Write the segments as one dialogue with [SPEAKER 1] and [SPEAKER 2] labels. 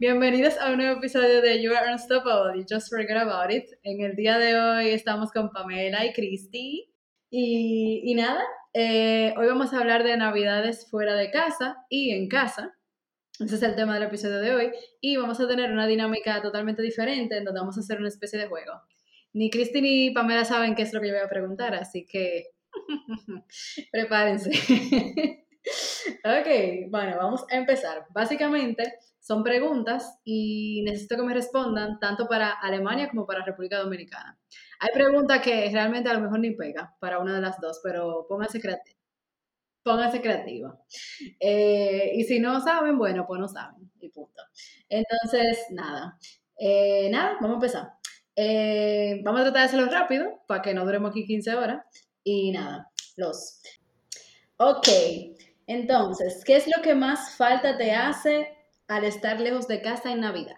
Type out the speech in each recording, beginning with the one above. [SPEAKER 1] Bienvenidos a un nuevo episodio de You Are Unstoppable, You Just Forget About It. En el día de hoy estamos con Pamela y Christy. Y, y nada, eh, hoy vamos a hablar de Navidades fuera de casa y en casa. Ese es el tema del episodio de hoy. Y vamos a tener una dinámica totalmente diferente en donde vamos a hacer una especie de juego. Ni Christy ni Pamela saben qué es lo que yo voy a preguntar, así que prepárense. ok, bueno, vamos a empezar. Básicamente son preguntas y necesito que me respondan tanto para Alemania como para República Dominicana. Hay preguntas que realmente a lo mejor ni pega para una de las dos, pero pónganse creativa. Pónganse creativa. Eh, y si no saben, bueno, pues no saben. Y punto. Entonces, nada. Eh, nada, vamos a empezar. Eh, vamos a tratar de hacerlo rápido para que no duremos aquí 15 horas. Y nada, los. Ok, entonces, ¿qué es lo que más falta te hace al estar lejos de casa en Navidad?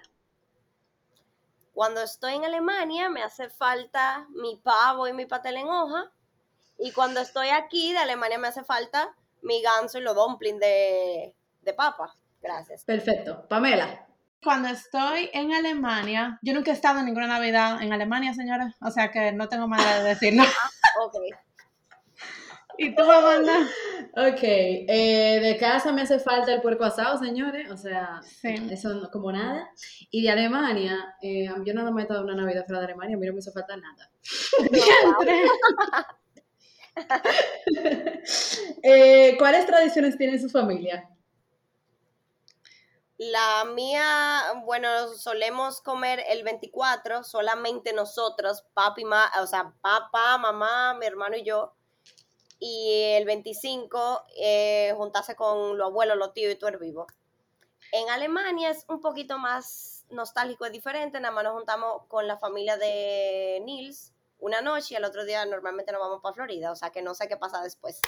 [SPEAKER 2] Cuando estoy en Alemania me hace falta mi pavo y mi patel en hoja. Y cuando estoy aquí de Alemania me hace falta mi ganso y los dumplings de, de papa. Gracias.
[SPEAKER 1] Perfecto. Pamela,
[SPEAKER 3] Cuando estoy en Alemania, yo nunca he estado en ninguna Navidad en Alemania, señora, o sea que no tengo manera de decirlo.
[SPEAKER 2] Ok.
[SPEAKER 3] ¿Y tú, Amanda?
[SPEAKER 1] ok, eh, de casa me hace falta el puerco asado, señores, o sea,
[SPEAKER 3] Sí.
[SPEAKER 1] eso no- como nada. Y de Alemania, eh, yo no me he dado una Navidad fuera de Alemania, a mí no me hizo falta nada. Eh, ¿Cuáles tradiciones tiene su familia?
[SPEAKER 2] La mía, bueno, solemos comer el 24, solamente nosotros, papi, ma, o sea, papá, mamá, mi hermano y yo. Y el 25, eh, juntarse con los abuelos, los tíos y tú eres vivo. En Alemania es un poquito más nostálgico, es diferente, nada más nos juntamos con la familia de Nils una noche y al otro día normalmente nos vamos para Florida, o sea que no sé qué pasa después.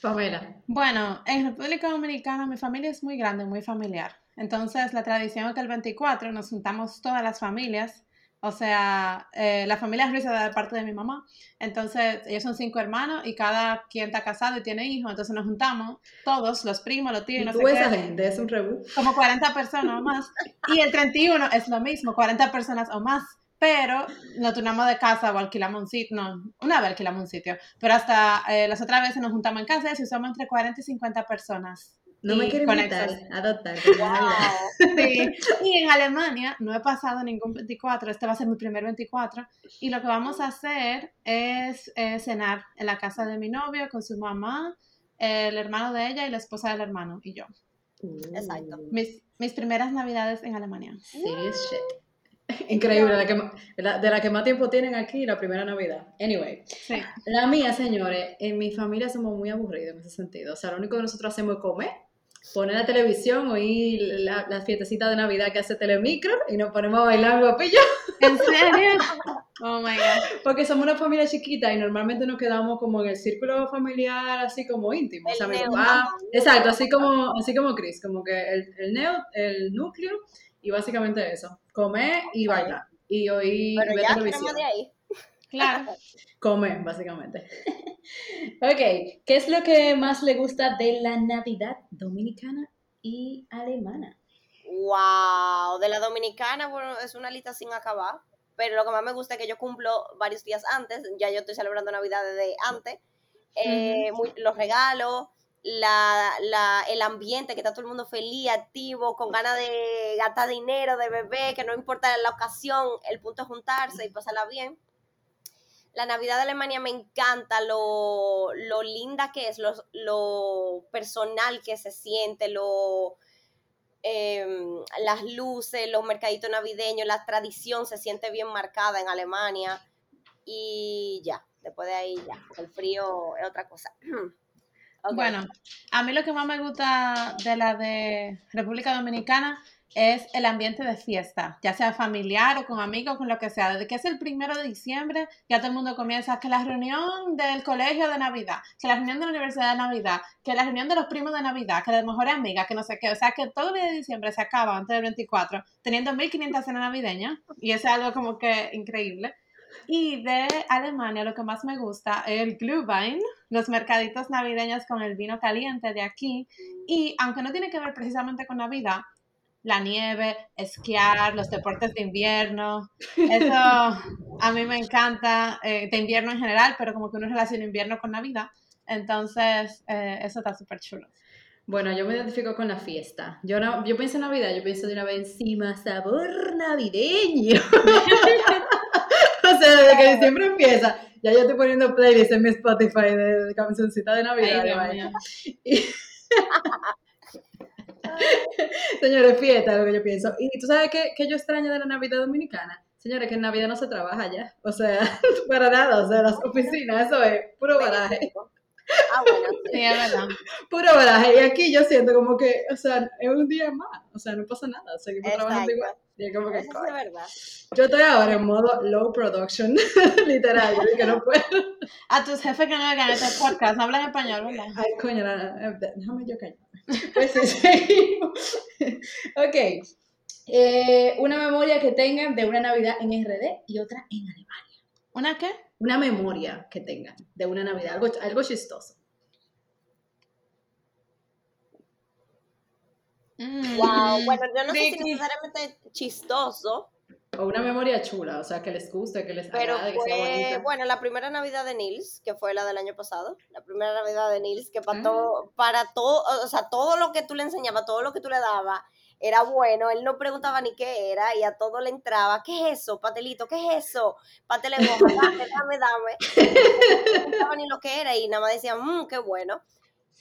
[SPEAKER 1] Pamela,
[SPEAKER 3] Bueno, en República Dominicana mi familia es muy grande, muy familiar. Entonces, la tradición es que el 24 nos juntamos todas las familias. O sea, eh, la familia Ruiz es de parte de mi mamá. Entonces, ellos son cinco hermanos y cada quien está casado y tiene hijos. Entonces, nos juntamos todos, los primos, los tíos, y
[SPEAKER 1] y
[SPEAKER 3] no
[SPEAKER 1] tú
[SPEAKER 3] sé
[SPEAKER 1] esa
[SPEAKER 3] qué,
[SPEAKER 1] gente, es un rebú.
[SPEAKER 3] como 40 personas o más. Y el 31 es lo mismo, 40 personas o más. Pero nos turnamos de casa o alquilamos un sitio. No, una vez alquilamos un sitio. Pero hasta eh, las otras veces nos juntamos en casa y si somos entre 40 y 50 personas.
[SPEAKER 1] No me
[SPEAKER 3] Y
[SPEAKER 1] quiero invitar,
[SPEAKER 3] conexas.
[SPEAKER 1] adoptar.
[SPEAKER 3] Sí. Y en Alemania no he pasado ningún 24, este va a ser mi primer 24. Y lo que vamos a hacer es eh, cenar en la casa de mi novio con su mamá, el hermano de ella y la esposa del hermano y yo.
[SPEAKER 2] Exacto.
[SPEAKER 3] Mis, mis primeras navidades en Alemania.
[SPEAKER 1] Serious shit. Increíble, la que ma- la- de la que más tiempo tienen aquí, la primera Navidad. Anyway,
[SPEAKER 3] Sí.
[SPEAKER 1] la mía, señores, en mi familia somos muy aburridos en ese sentido. O sea, lo único que nosotros hacemos es comer, poner la televisión, oír la, la fiestecita de Navidad que hace Telemicro y nos ponemos a bailar guapillo.
[SPEAKER 3] ¿En serio? Oh my god.
[SPEAKER 1] Porque somos una familia chiquita y normalmente nos quedamos como en el círculo familiar, así como íntimo. o sea,
[SPEAKER 2] El
[SPEAKER 1] mi
[SPEAKER 2] neo,
[SPEAKER 1] papá-
[SPEAKER 2] ajá.
[SPEAKER 1] exacto, así como, así como Chris, como que el, el neo, el núcleo y básicamente eso, comer y bailar. Y hoy
[SPEAKER 2] Pero
[SPEAKER 1] ver
[SPEAKER 2] ya
[SPEAKER 1] televisión.
[SPEAKER 2] tenemos de ahí.
[SPEAKER 3] Claro.
[SPEAKER 1] Comer, básicamente. ok, ¿qué es lo que más le gusta de la Navidad dominicana y alemana?
[SPEAKER 2] Wow, de la dominicana, bueno, es una lista sin acabar, pero lo que más me gusta es que yo cumplo varios días antes, ya yo estoy celebrando Navidad desde antes, Eh, muy- los regalos, la, la- el ambiente, que está todo el mundo feliz, activo, con ganas de gastar dinero, de beber, que no importa la ocasión, el punto es juntarse y pasarla bien. La Navidad de Alemania me encanta lo, lo linda que es, lo, lo personal que se siente, lo, em, las luces, los mercaditos navideños, la tradición se siente bien marcada en Alemania y ya, después de ahí ya, el frío es otra cosa. Ok.
[SPEAKER 3] Bueno, a mí lo que más me gusta de la de República Dominicana es el ambiente de fiesta, ya sea familiar o con amigos, con lo que sea. Desde que es el primero de diciembre, ya todo el mundo comienza que la reunión del colegio de Navidad, que la reunión de la universidad de Navidad, que la reunión de los primos de Navidad, que las mejores amigas, que no sé qué. O sea, que todo el mes de diciembre se acaba antes del 24, teniendo 1500 cenas navideñas, y eso es algo como que increíble. Y de Alemania lo que más me gusta es el Glühwein, los mercaditos navideños con el vino caliente de aquí. Y aunque no tiene que ver precisamente con Navidad, la nieve, esquiar, los deportes de invierno, eso a mí me encanta, eh, de invierno en general, pero como que uno relaciona invierno con Navidad. Entonces, eh, eso está súper chulo.
[SPEAKER 1] Bueno, yo me identifico con la fiesta. Yo no, yo pienso en Navidad, yo pienso de una vez encima, sabor navideño. o sea, desde que diciembre empieza, ya yo estoy poniendo playlists en mi Spotify de, de cancioncita de Navidad.
[SPEAKER 3] Ay, Dios
[SPEAKER 1] vaya.
[SPEAKER 3] mío.
[SPEAKER 1] Y- Señores, fiesta es lo que yo pienso. Y tú sabes qué, qué yo extraño de la Navidad dominicana. Señores, que en Navidad no se trabaja ya. O sea, para nada. O sea, las oficinas, eso es puro baraje.
[SPEAKER 2] Ah, bueno, sí.
[SPEAKER 3] Sí, es verdad.
[SPEAKER 1] puro veraje. Y aquí yo siento como que, o sea, es un día más. O sea, no pasa nada. Seguimos
[SPEAKER 2] Exacto.
[SPEAKER 1] trabajando igual. Y es como que,
[SPEAKER 2] Eso sí es verdad.
[SPEAKER 1] yo estoy ahora en modo low production, literal, yo que no puedo.
[SPEAKER 3] A tus jefes que no oigan este podcast, no hablan español, ¿verdad?
[SPEAKER 1] Ay, coño, la- la- déjame yo callar. Pues sí, seguimos. ok. Eh, una memoria que tengan de una Navidad en RD y otra en Alemania.
[SPEAKER 3] ¿Una qué?
[SPEAKER 1] Una memoria que tengan de una Navidad, algo, algo chistoso.
[SPEAKER 3] Mm.
[SPEAKER 2] Wow, bueno, yo no sé si
[SPEAKER 3] Ricky.
[SPEAKER 2] necesariamente chistoso,
[SPEAKER 1] O una memoria chula, o sea, que les guste, que les
[SPEAKER 2] pero
[SPEAKER 1] agrade, que sea
[SPEAKER 2] fue,
[SPEAKER 1] bonita.
[SPEAKER 2] bueno, la primera Navidad de Nils, que fue la del año pasado, la primera Navidad de Nils, que
[SPEAKER 1] Ah.
[SPEAKER 2] para todo, para todo, o sea, todo lo que tú le enseñabas, todo lo que tú le dabas, era bueno, él no preguntaba ni qué era, y a todo le entraba, ¿qué es eso, patelito, qué es eso? Patele moja, dame, dame, dame. No preguntaba ni lo que era, y nada más decía, mmm, qué bueno.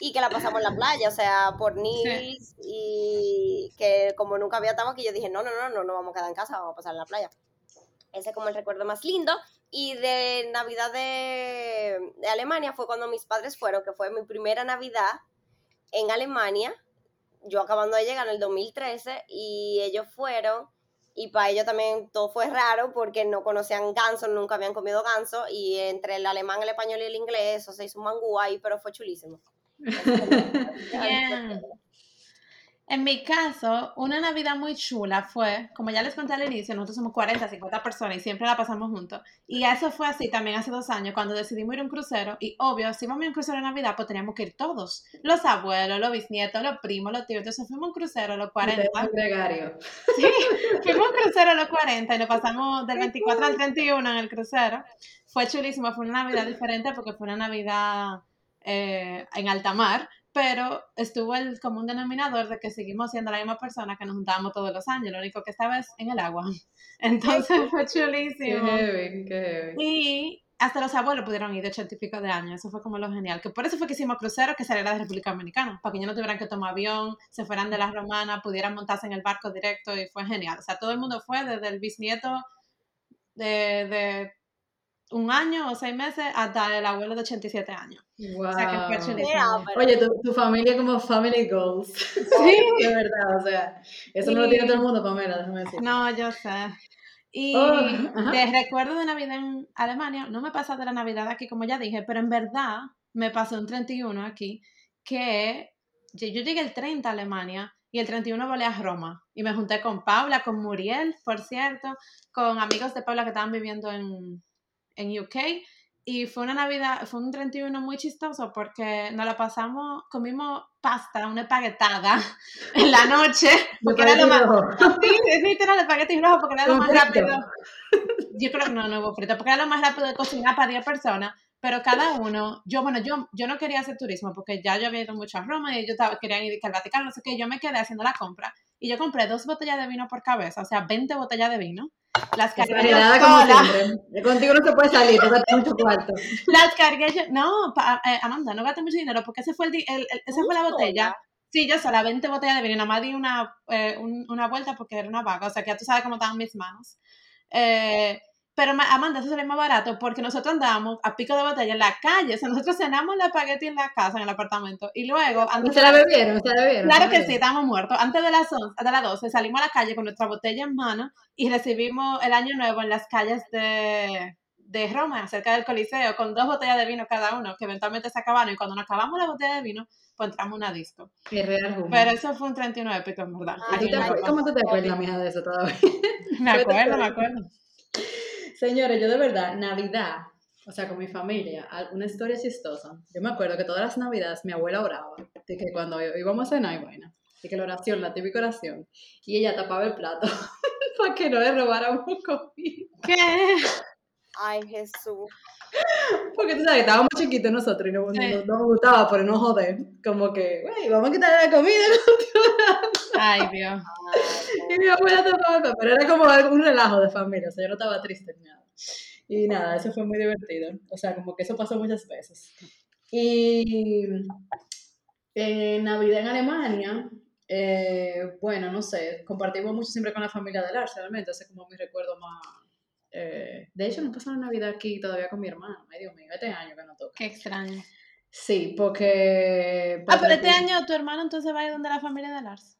[SPEAKER 2] Y que la pasamos en la playa, o sea, por Nils, y que como nunca había estado aquí, yo dije, no, no, no, no, no vamos a quedar en casa, vamos a pasar en la playa. Ese es como el recuerdo más lindo. Y de Navidad de, de Alemania fue cuando mis padres fueron, que fue mi primera Navidad en Alemania. Yo acabando de llegar en el 2013 y ellos fueron. Y para ellos también todo fue raro porque no conocían ganso, nunca habían comido ganso. Y entre el alemán, el español y el inglés, eso se hizo un mangú ahí, pero fue chulísimo.
[SPEAKER 3] Bien. En mi caso, una Navidad muy chula fue, como ya les conté al inicio, nosotros somos 40, 50 personas y siempre la pasamos juntos. Y eso fue así también hace dos años, cuando decidimos ir a un crucero. Y obvio, si vamos a ir a un crucero en Navidad, pues teníamos que ir todos. Los abuelos, los bisnietos, los primos, los tíos. Entonces fuimos a un crucero, los 40.
[SPEAKER 1] Ustedes son gregarios.
[SPEAKER 3] Fuimos a un crucero a los 40 y lo pasamos del 24 al 31 en el crucero. Fue chulísimo, fue una Navidad diferente porque fue una Navidad eh, en alta mar, pero estuvo el común denominador de que seguimos siendo la misma persona que nos juntábamos todos los años, lo único que esta vez en el agua. Entonces fue
[SPEAKER 1] Qué
[SPEAKER 3] chulísimo.
[SPEAKER 1] heavy, qué heavy.
[SPEAKER 3] Y hasta los abuelos pudieron ir de ochenta y pico de años. Eso fue como lo genial. Que por eso fue que hicimos cruceros que saliera de República Dominicana. Para que ya no tuvieran que tomar avión, se fueran de las romanas, pudieran montarse en el barco directo y fue genial. O sea, todo el mundo fue desde el bisnieto de, de un año o seis meses hasta el abuelo de 87 años. O sea, que fue
[SPEAKER 1] Wow.
[SPEAKER 3] chulísimo.
[SPEAKER 2] Mira, pero-
[SPEAKER 1] Oye, tu, tu familia como family goals. De verdad, o sea, eso no lo tiene todo el mundo, Pamela, déjame decir.
[SPEAKER 3] No, yo sé. Y
[SPEAKER 1] Oh, ajá.
[SPEAKER 3] de recuerdo de Navidad en Alemania, no me pasa de la Navidad aquí, como ya dije, pero en verdad me pasó un 31 aquí, que yo yo llegué el 30 a Alemania y el 31 volé a Roma y me junté con Paula, con Muriel, por cierto, con amigos de Paula que estaban viviendo en, en UK. Y fue una Navidad, fue un 31 muy chistoso porque nos la pasamos, comimos pasta, una espaguetada en la noche, porque era lo más, Sí, es literal espagueti rojo porque era
[SPEAKER 1] Con
[SPEAKER 3] lo más
[SPEAKER 1] frito.
[SPEAKER 3] rápido. Yo creo que no, no hubo frito, porque era lo más rápido de cocinar para 10 personas. Pero cada uno, yo, bueno, yo, yo no quería hacer turismo porque ya yo había ido mucho a Roma y yo estaba, querían ir al Vaticano, no sé qué. Yo me quedé haciendo la compra y yo compré dos botellas de vino por cabeza, o sea, 20 botellas de vino. Las cargué yo
[SPEAKER 1] Exagerada como
[SPEAKER 3] sola.
[SPEAKER 1] siempre. Eh, Contigo no se puede salir, te gastas mucho cuarto.
[SPEAKER 3] Las cargué yo. No, pa- eh, Amanda, no gasté mucho dinero porque ese fue el, di- el- el- esa fue la
[SPEAKER 2] Justo,
[SPEAKER 3] botella. Sí, yo sola, 20 botellas de vino. Nada más di una, eh, un- una vuelta porque era una vaca. O sea, que ya tú sabes cómo estaban mis manos. Eh, Pero ma- Amanda, eso sale más barato porque nosotros andábamos a pico de batalla en la calle. O sea, nosotros cenamos la espagueti en la casa, en el apartamento. Y luego, antes
[SPEAKER 1] Se la bebieron, se la bebieron.
[SPEAKER 3] Claro
[SPEAKER 1] se la
[SPEAKER 3] que sí, estábamos muertos. Antes de las 11, de las 12 salimos a la calle con nuestra botella en mano y recibimos el año nuevo en las calles de, de Roma, cerca del Coliseo, con dos botellas de vino cada uno, que eventualmente se acabaron. Y cuando nos acabamos la botella de vino, pues entramos a una disco.
[SPEAKER 1] bebieron. Es real, Guma.
[SPEAKER 3] Pero eso fue un 31 épico, en verdad.
[SPEAKER 1] ¿Y tú
[SPEAKER 2] Ay,
[SPEAKER 1] te
[SPEAKER 3] Año
[SPEAKER 1] acuer-
[SPEAKER 3] nuevo.
[SPEAKER 1] ¿Cómo tú te acuerdas, mija, de eso todavía?
[SPEAKER 3] Me acuerdo, me acuerdo.
[SPEAKER 1] Señores, yo de verdad, Navidad, o sea, con mi familia, alguna historia chistosa. Yo me acuerdo que todas las Navidades mi abuela oraba, de que cuando í- íbamos a cenar, y vaina, de que la oración, la típica oración, y ella tapaba el plato para que no le robáramos comida.
[SPEAKER 3] ¿Qué?
[SPEAKER 2] Ay, Jesús.
[SPEAKER 1] Porque tú sabes, estábamos chiquitos nosotros y no, no-
[SPEAKER 3] Sí.
[SPEAKER 1] no nos gustaba, pero no joder. Como que, güey, vamos a quitarle la comida.
[SPEAKER 3] Ay, Dios.
[SPEAKER 1] Y mi abuela tapaba todo, pero era como algo- un relajo de familia, o sea, yo no estaba triste ni nada. Y nada, eso fue muy divertido, o sea, como que eso pasó muchas veces. Y eh, en Navidad en Alemania, eh, bueno, no sé, compartimos mucho siempre con la familia del Arce, realmente, ese es como mi recuerdo más... eh, de hecho, no pasó la Navidad aquí todavía con mi hermano, ay Dios mío, este año que no toca.
[SPEAKER 3] Qué extraño.
[SPEAKER 1] Sí, porque...
[SPEAKER 3] Ah,
[SPEAKER 1] porque-
[SPEAKER 3] pero este año tu hermano entonces va a ir donde la familia de Lars.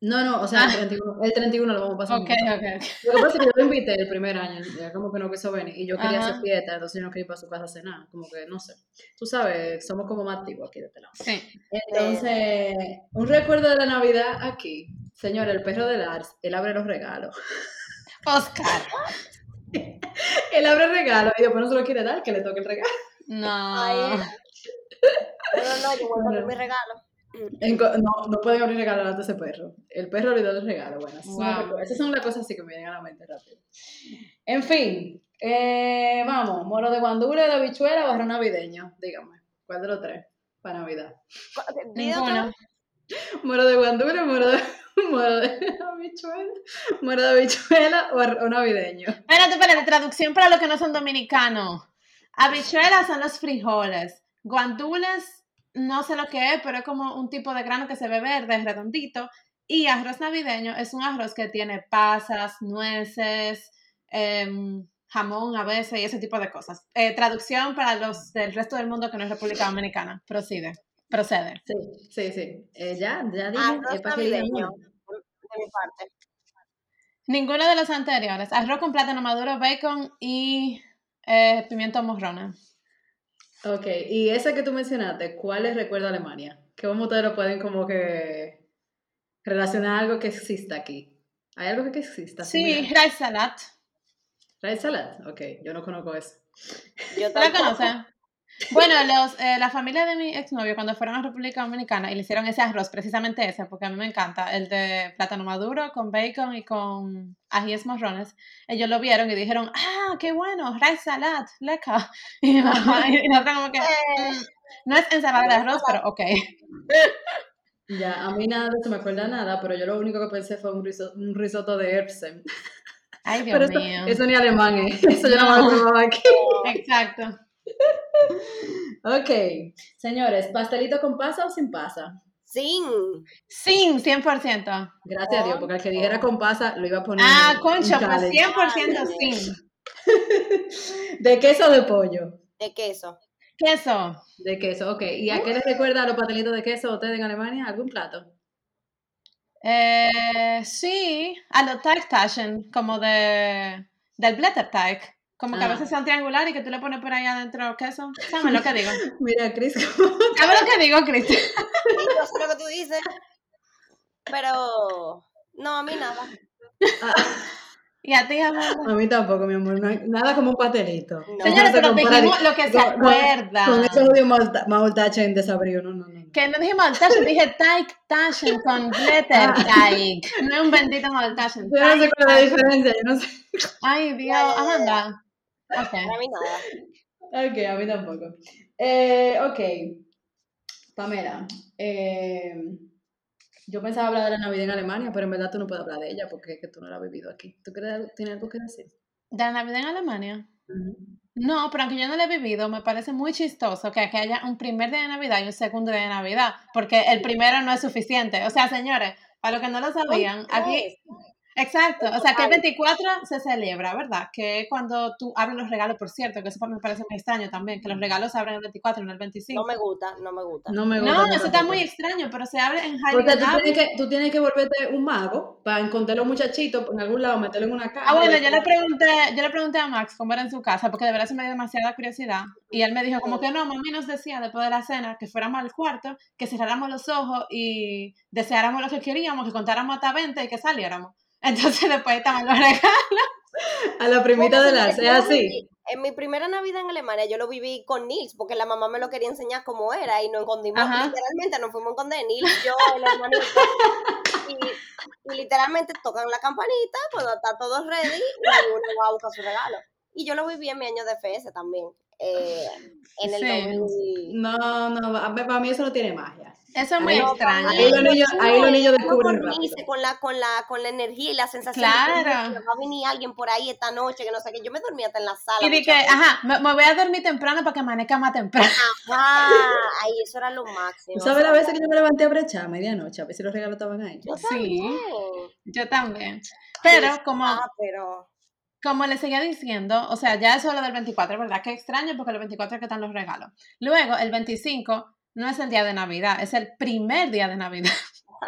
[SPEAKER 1] No, no, o sea, el 31, el 31 lo vamos a pasar
[SPEAKER 3] Ah. Ok,
[SPEAKER 1] juntos.
[SPEAKER 3] ok.
[SPEAKER 1] Lo que pasa es que yo lo invité el primer año, ya como que no quiso venir, y yo quería
[SPEAKER 3] Ajá.
[SPEAKER 1] hacer fiesta, entonces yo no quería ir para su casa a cenar, como que no sé. Tú sabes, somos como más activos aquí de este lado.
[SPEAKER 3] Sí.
[SPEAKER 1] Entonces, un recuerdo de la Navidad aquí. Señor, el perro de Lars, él abre los regalos.
[SPEAKER 3] Oscar.
[SPEAKER 1] Él abre el regalo y después no se lo quiere dar, que le toque el regalo.
[SPEAKER 3] No.
[SPEAKER 2] Ay. No, no, yo voy a poner mi regalo.
[SPEAKER 1] En co- no, no pueden abrir regalo delante de ese perro. El perro olvidó el regalo. Bueno, esas, son, las
[SPEAKER 3] Wow.
[SPEAKER 1] reco- esas son las cosas así que me vienen a la mente rápido. En fin, eh, vamos, moro de guandule, de bichuela, barro navideño. Dígame, ¿cuál de los tres? Para Navidad.
[SPEAKER 2] Di otro.
[SPEAKER 3] Ninguno.
[SPEAKER 1] Moro de guandule, moro de, moro de habichuela, moro de habichuela o arroz navideño.
[SPEAKER 3] Espérate, espérate, traducción para los que no son dominicanos. Habichuelas son los frijoles. Guandules, no sé lo que es, pero es como un tipo de grano que se ve verde, es redondito. Y arroz navideño es un arroz que tiene pasas, nueces, em, jamón a veces y ese tipo de cosas. Eh, traducción para los del resto del mundo que no es República Dominicana. Procede. Procede.
[SPEAKER 1] Sí, sí, sí. Eh, ya, ya dije.
[SPEAKER 2] Arroz
[SPEAKER 1] es para que digan,
[SPEAKER 2] navideño.
[SPEAKER 1] bueno.
[SPEAKER 2] De mi parte.
[SPEAKER 3] Ninguno de los anteriores. Arroz con plátano maduro, bacon y eh, pimiento morrona.
[SPEAKER 1] Ok, y ese que tú mencionaste, ¿cuál les recuerda a Alemania? Que cómo ustedes lo pueden como que relacionar a algo que exista aquí. ¿Hay algo que exista?
[SPEAKER 3] Sí,
[SPEAKER 1] similar?
[SPEAKER 3] rice salad.
[SPEAKER 1] Rice salad. Ok, yo no conozco eso.
[SPEAKER 2] Yo
[SPEAKER 3] ¿Tú la
[SPEAKER 2] tampoco.
[SPEAKER 3] conoces? Bueno, los, eh, la familia de mi exnovio, cuando fueron a República Dominicana y le hicieron ese arroz, precisamente ese, porque a mí me encanta, el de plátano maduro con bacon y con ajíes morrones, ellos lo vieron y dijeron, ah, qué bueno, rice salad, leca. Y mi mamá, y nosotros como que,
[SPEAKER 2] Eh,
[SPEAKER 3] no es ensalada de arroz, pero ok.
[SPEAKER 1] Ya, a mí nada de eso me acuerda nada, pero yo lo único que pensé fue un, riso- un risotto de Erbsen.
[SPEAKER 3] Ay, Dios
[SPEAKER 1] Pero eso,
[SPEAKER 3] mío.
[SPEAKER 1] eso ni alemán es. Eso yo no me lo probaba aquí.
[SPEAKER 3] Exacto.
[SPEAKER 1] Ok, señores, ¿pastelito con pasa o sin pasa?
[SPEAKER 2] Sin.
[SPEAKER 3] Sí, 100%.
[SPEAKER 1] Gracias a Dios, porque al que dijera con pasa lo iba a poner.
[SPEAKER 3] Oh. Ah,
[SPEAKER 1] en
[SPEAKER 3] concho, pues
[SPEAKER 1] challenge.
[SPEAKER 3] 100% sí.
[SPEAKER 1] ¿De queso o de pollo?
[SPEAKER 2] De queso.
[SPEAKER 3] Queso.
[SPEAKER 1] De queso, ok. ¿Y a qué les recuerda a los pastelitos de queso a ustedes en Alemania? ¿Algún plato?
[SPEAKER 3] Eh, sí, a los tag taschen, como de, del blätterteig, como que a
[SPEAKER 1] Ah.
[SPEAKER 3] veces son triangulares y que tú le pones por ahí adentro queso. ¿Sabes lo que digo?
[SPEAKER 1] Mira, Cris,
[SPEAKER 3] ¿Sabes lo que digo, Cristi?
[SPEAKER 2] Sí, yo sé lo que tú dices. Pero. No, a mí nada.
[SPEAKER 3] Y a ti, Amanda.
[SPEAKER 1] a mí tampoco, mi amor. no hay- nada como un pastelito.
[SPEAKER 2] No.
[SPEAKER 3] Señores,
[SPEAKER 1] se
[SPEAKER 3] pero
[SPEAKER 1] compara
[SPEAKER 3] dijimos lo que se
[SPEAKER 1] con- con-
[SPEAKER 3] acuerda.
[SPEAKER 1] Con esos odios maultache en desabrío, no, no, no.
[SPEAKER 3] Que no dije maltaschen, dije tag taschen con
[SPEAKER 1] Ah.
[SPEAKER 3] blätterteig. No es un bendito maltaschen.
[SPEAKER 1] Yo no sé cuál es la diferencia, yo no sé.
[SPEAKER 3] Ay, Dios, Amanda. Ok.
[SPEAKER 2] Para mí nada.
[SPEAKER 1] Ok, a mí tampoco. Eh, ok, Pamela, eh, yo pensaba hablar de la Navidad en Alemania, pero en verdad tú no puedes hablar de ella porque es que tú no la has vivido aquí. ¿Tú crees, tienes algo que decir?
[SPEAKER 3] ¿De la Navidad en Alemania? Mm. No, pero aunque yo no lo he vivido, me parece muy chistoso que aquí haya un primer día de Navidad y un segundo día de Navidad, porque el primero no es suficiente. O sea, señores, para los que no lo sabían, aquí,
[SPEAKER 2] tres.
[SPEAKER 3] Exacto, o sea que el 24 se celebra, ¿verdad? Que cuando tú abres los regalos, por cierto, que eso me parece muy extraño también,
[SPEAKER 1] Mm.
[SPEAKER 3] que los regalos se abren el 24 y no el 25.
[SPEAKER 2] No me gusta, no me gusta.
[SPEAKER 1] No me gusta.
[SPEAKER 3] No, eso
[SPEAKER 1] tampoco.
[SPEAKER 3] está muy extraño, pero se abre en Halloween.
[SPEAKER 1] Porque tú tienes, que, tú tienes que volverte un mago para encontrar a los muchachitos en algún lado, meterlo en una caja.
[SPEAKER 3] Ah, bueno,
[SPEAKER 1] y-
[SPEAKER 3] yo le pregunté, yo le pregunté a Max cómo era en su casa, porque de verdad se me dio demasiada curiosidad. Y él me dijo como que no, mami nos decía después de la cena que fuéramos al cuarto, que cerráramos los ojos y deseáramos lo que queríamos, que contáramos hasta 20 y que saliéramos. Entonces después estaban los regalos.
[SPEAKER 1] A la primita
[SPEAKER 2] Bueno,
[SPEAKER 1] de
[SPEAKER 2] señores,
[SPEAKER 1] las, es
[SPEAKER 2] yo lo
[SPEAKER 1] así.
[SPEAKER 2] viví- En mi primera Navidad en Alemania yo lo viví con Nils, porque la mamá me lo quería enseñar cómo era y nos escondimos,
[SPEAKER 3] Ajá.
[SPEAKER 2] literalmente nos fuimos con Nils, yo, el hermano y, y literalmente tocan la campanita cuando está todo ready y uno va a buscar su regalo. Y yo lo viví en mi año de FS también, eh, en el
[SPEAKER 3] Sí.
[SPEAKER 2] 2000.
[SPEAKER 1] No, no, a- para mí eso no tiene magia.
[SPEAKER 3] Eso es muy
[SPEAKER 1] Ahí-
[SPEAKER 3] extraño.
[SPEAKER 1] ahí los niños- ahí los niños
[SPEAKER 2] Uno
[SPEAKER 1] descubren
[SPEAKER 2] dormirse
[SPEAKER 1] rápido.
[SPEAKER 2] con la, con la, con la energía y la sensación de que
[SPEAKER 3] Claro.
[SPEAKER 2] va a venir alguien por ahí esta noche, que no sé qué. Yo me dormía hasta en la sala.
[SPEAKER 3] Y dije,
[SPEAKER 2] muchachos.
[SPEAKER 3] ajá, me, me voy a dormir temprano para que amanezca más temprano.
[SPEAKER 2] Ajá, ay, eso era lo máximo.
[SPEAKER 1] "Ah". ¿Tú sabes las veces que yo me levanté a brechar a medianoche a ver si los regalos estaban ahí?
[SPEAKER 2] Yo
[SPEAKER 3] Sí.
[SPEAKER 2] también.
[SPEAKER 3] Yo también. Pero como,
[SPEAKER 2] Ah, pero.
[SPEAKER 3] Como les seguía diciendo, o sea, ya eso es lo del 24, ¿verdad? Qué extraño porque el 24 es que están los regalos. Luego, el 25 no es el día de Navidad, es el primer día de Navidad.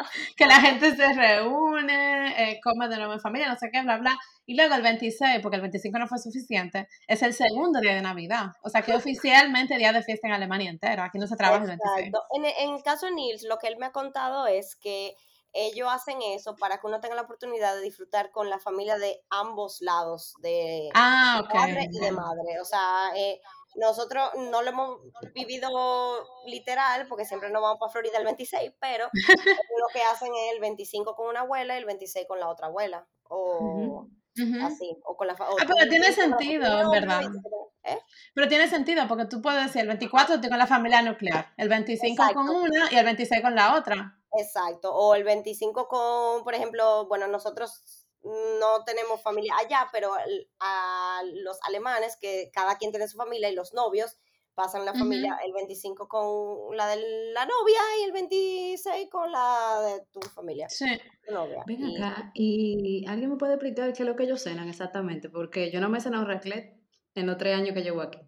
[SPEAKER 3] que la gente se reúne, eh, come de nuevo en familia, no sé qué, bla, bla. Y luego el 26, porque el 25 no fue suficiente, es el segundo día de Navidad. O sea, que oficialmente día de fiesta en Alemania entera. Aquí no se trabaja el 26.
[SPEAKER 2] Exacto. En, en el caso de Nils, lo que él me ha contado es que ellos hacen eso para que uno tenga la oportunidad de disfrutar con la familia de ambos lados, de
[SPEAKER 3] Ah, ok.
[SPEAKER 2] padre y de madre. O sea, eh, nosotros no lo hemos vivido literal, porque siempre nos vamos para Florida el 26, pero lo que hacen es el 25 con una abuela y el 26 con la otra abuela. O.
[SPEAKER 1] Ujú.
[SPEAKER 3] Ujú.
[SPEAKER 2] así, o con la fa- o
[SPEAKER 3] Ah,
[SPEAKER 2] tú
[SPEAKER 3] pero
[SPEAKER 2] le
[SPEAKER 3] tiene
[SPEAKER 2] dices con la
[SPEAKER 3] sentido,
[SPEAKER 2] familia,
[SPEAKER 3] en
[SPEAKER 2] "No,
[SPEAKER 3] verdad".
[SPEAKER 2] yo hice todo". ¿Eh?
[SPEAKER 3] Pero tiene sentido, porque tú puedes decir el 24 estoy con la familia nuclear, el 25 con
[SPEAKER 2] Exacto.
[SPEAKER 3] una y el 26 con la otra.
[SPEAKER 2] Exacto, o el 25 con, por ejemplo, bueno, nosotros no tenemos familia allá, pero al- a los alemanes, que cada quien tiene su familia y los novios pasan la
[SPEAKER 3] Ujú.
[SPEAKER 2] familia el 25 con la de la novia y el 26 con la de tu familia,
[SPEAKER 3] Sí.
[SPEAKER 2] tu novia.
[SPEAKER 1] Ven
[SPEAKER 2] Y-
[SPEAKER 1] acá, y alguien me puede explicar qué es lo que ellos cenan exactamente, porque yo no me he cenado raclette en los tres años que llevo aquí.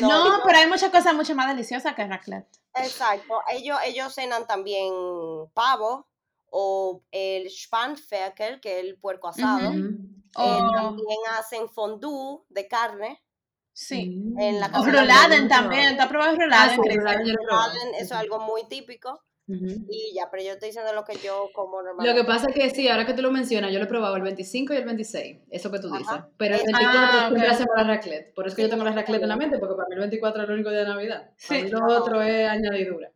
[SPEAKER 2] No,
[SPEAKER 3] No,
[SPEAKER 2] yo-
[SPEAKER 3] pero hay muchas cosas mucho más deliciosas que raclette.
[SPEAKER 2] Exacto, ellos, ellos cenan también pavo o el Spanferkel, que es el puerco asado.
[SPEAKER 3] Ujú. Oh.
[SPEAKER 1] Ujú.
[SPEAKER 2] Eh,
[SPEAKER 3] O-
[SPEAKER 2] también hacen fondue de carne.
[SPEAKER 3] Sí.
[SPEAKER 2] en la
[SPEAKER 1] Mm, eso
[SPEAKER 2] casa
[SPEAKER 3] O
[SPEAKER 1] también yo
[SPEAKER 2] Ruladen,
[SPEAKER 1] no
[SPEAKER 3] ruladen
[SPEAKER 1] he
[SPEAKER 3] también. ¿Tú
[SPEAKER 1] probado.
[SPEAKER 3] has probado
[SPEAKER 1] Ah,
[SPEAKER 3] ruladen,
[SPEAKER 1] sí,
[SPEAKER 3] Cris?
[SPEAKER 1] ruladen yo lo he probado.
[SPEAKER 2] Ramen, eso es algo muy típico.
[SPEAKER 1] Ujú.
[SPEAKER 2] Y ya, pero yo estoy diciendo lo que yo como
[SPEAKER 1] Lo que
[SPEAKER 2] normalmente.
[SPEAKER 1] pasa es que sí, ahora que tú lo mencionas, yo lo he probado el 25 y el 26, eso que tú dices.
[SPEAKER 2] Ajá.
[SPEAKER 1] Pero el
[SPEAKER 2] Es-
[SPEAKER 1] 24
[SPEAKER 3] Ah,
[SPEAKER 1] siempre
[SPEAKER 3] ok.
[SPEAKER 1] hacemos la raclette. Por eso que yo tengo la raclette en la mente, porque para mí el 24 es el único día de Navidad. Para mí
[SPEAKER 3] Sí.
[SPEAKER 1] lo otro es añadidura.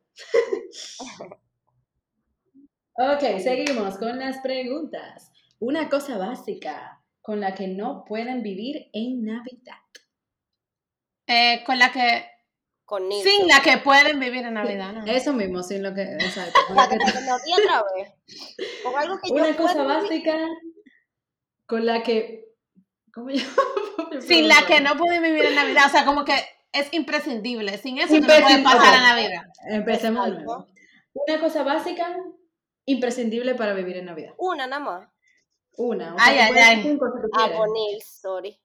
[SPEAKER 1] Ok, seguimos con las preguntas. Una cosa básica con la que no pueden vivir en Navidad.
[SPEAKER 3] Eh, con la que.
[SPEAKER 2] Con Nils.
[SPEAKER 3] Sin la que pueden vivir en Navidad, ¿no?
[SPEAKER 1] Eso mismo, sí, lo que... Exacto. con la
[SPEAKER 2] Espérate,
[SPEAKER 1] que-
[SPEAKER 2] espérate, no, di otra vez. Con algo que
[SPEAKER 1] una
[SPEAKER 2] yo
[SPEAKER 1] cosa
[SPEAKER 2] puedo vivir.
[SPEAKER 1] básica con la que... ¿Cómo yo?
[SPEAKER 3] Sin la que no pueden vivir en Navidad. O sea, como que es imprescindible. Sin eso tú no puedes
[SPEAKER 1] Imprescindible.
[SPEAKER 3] pasar
[SPEAKER 1] Ok.
[SPEAKER 3] la Navidad.
[SPEAKER 1] Empecemos de nuevo.
[SPEAKER 2] Exacto.
[SPEAKER 1] Una cosa básica, imprescindible para vivir en Navidad.
[SPEAKER 2] Una nada más.
[SPEAKER 1] Una. O
[SPEAKER 3] Ay,
[SPEAKER 1] sea,
[SPEAKER 3] ay,
[SPEAKER 1] tú puedes
[SPEAKER 3] ay.
[SPEAKER 1] decir cinco si tú
[SPEAKER 2] Ah,
[SPEAKER 1] quieres.
[SPEAKER 2] con Nils, sorry.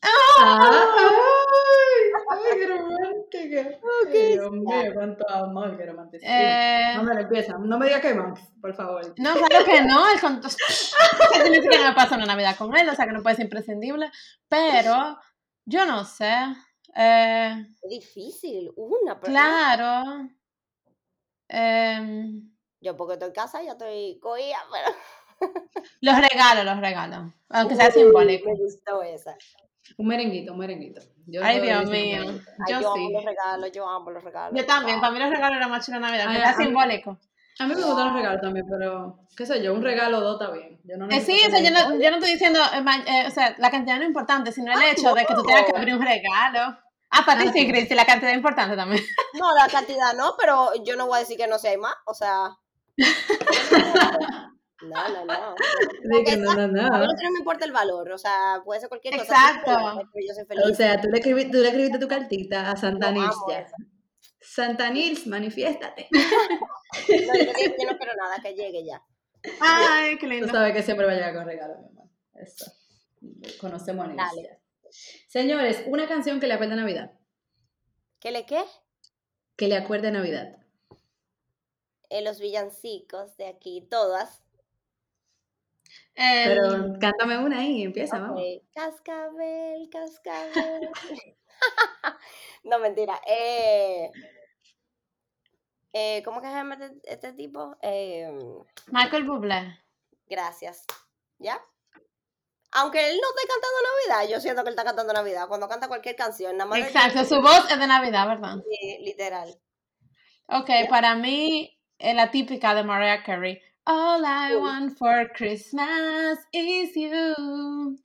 [SPEAKER 1] Ah, ¡Ay! ¡Ay, qué romántica! Ay, Dios mío, cuánto amor, qué romántica.
[SPEAKER 3] Eh,
[SPEAKER 1] No me lo empieza, no me digas que Max, por favor.
[SPEAKER 3] No, claro que no. El con... Eso significa que no me pasa una Navidad con él, o sea que no puede ser imprescindible. Pero yo no sé. eh,
[SPEAKER 2] Es Difícil, una, pero una.
[SPEAKER 3] claro. em,
[SPEAKER 2] Yo porque estoy en casa ya estoy cogida, pero...
[SPEAKER 3] los regalos, los regalos. Aunque sea simbólico.
[SPEAKER 2] Me gustó esa.
[SPEAKER 1] Un merenguito, un merenguito. Yo
[SPEAKER 3] Ay,
[SPEAKER 1] puedo
[SPEAKER 3] Dios
[SPEAKER 1] decir un
[SPEAKER 3] mío.
[SPEAKER 1] merenguito.
[SPEAKER 2] Ay,
[SPEAKER 3] Yo
[SPEAKER 2] yo amo
[SPEAKER 3] sí.
[SPEAKER 2] los regalos, yo amo los regalos.
[SPEAKER 3] Yo también. Para mí los regalos eran más chulos en Navidad, aunque
[SPEAKER 1] Ay,
[SPEAKER 3] sea
[SPEAKER 1] a mí-
[SPEAKER 3] simbólico.
[SPEAKER 1] A mí me gustan los regalos también, pero qué sé yo, un regalo o dos está bien. Yo no
[SPEAKER 3] Eh, sí,
[SPEAKER 1] necesito
[SPEAKER 3] o sea, yo
[SPEAKER 1] como-
[SPEAKER 3] no, yo no estoy diciendo, eh, ma- eh, o sea, la cantidad no es importante, sino el hecho de que tú tengas que abrir un regalo. Ah, para ti
[SPEAKER 1] Ah,
[SPEAKER 3] sí,
[SPEAKER 1] sí.
[SPEAKER 3] Cristi, la cantidad es importante también.
[SPEAKER 2] No, la cantidad no, pero yo no voy a decir que no sea más, o sea. No, no, no.
[SPEAKER 1] De que no,
[SPEAKER 2] Esa-
[SPEAKER 1] no,
[SPEAKER 2] A mí
[SPEAKER 1] no.
[SPEAKER 2] lo que no me importa el valor, o sea, puede ser cualquier cosa.
[SPEAKER 3] Exacto.
[SPEAKER 2] Pero yo soy
[SPEAKER 1] O
[SPEAKER 2] feliz.
[SPEAKER 1] sea, tú le, escribi- tú le escribiste tu cartita a Santa
[SPEAKER 2] Yo
[SPEAKER 1] Nils
[SPEAKER 2] amo
[SPEAKER 1] ya.
[SPEAKER 2] eso.
[SPEAKER 1] Santa Nils, manifiéstate.
[SPEAKER 2] No, yo, digo, yo no quiero nada que llegue ya.
[SPEAKER 3] Ay, qué
[SPEAKER 1] Tú
[SPEAKER 3] lindo.
[SPEAKER 1] sabes que siempre va a llegar con regalo, mi amor. Eso. Conocemos a Nancy. Señores, una canción que le acuerde a Navidad.
[SPEAKER 2] ¿Qué le qué?
[SPEAKER 1] Que le acuerde a Navidad.
[SPEAKER 2] Eh, los villancicos de aquí, todas.
[SPEAKER 3] El-
[SPEAKER 1] Pero cántame una ahí, empieza,
[SPEAKER 3] Ah.
[SPEAKER 1] vamos.
[SPEAKER 2] Eh, cascabel, cascabel. no, mentira. Eh, eh, ¿Cómo que se llama este, este tipo? Eh,
[SPEAKER 3] Michael Bublé.
[SPEAKER 2] gracias. ¿Ya? Aunque él no esté cantando Navidad, yo siento que él está cantando Navidad. Cuando canta cualquier canción, nada más. le-
[SPEAKER 3] Exacto, su voz es de Navidad, ¿verdad?
[SPEAKER 2] Sí, literal.
[SPEAKER 3] Ok, para mí es la típica de Mariah Carey. All I want for Christmas is you.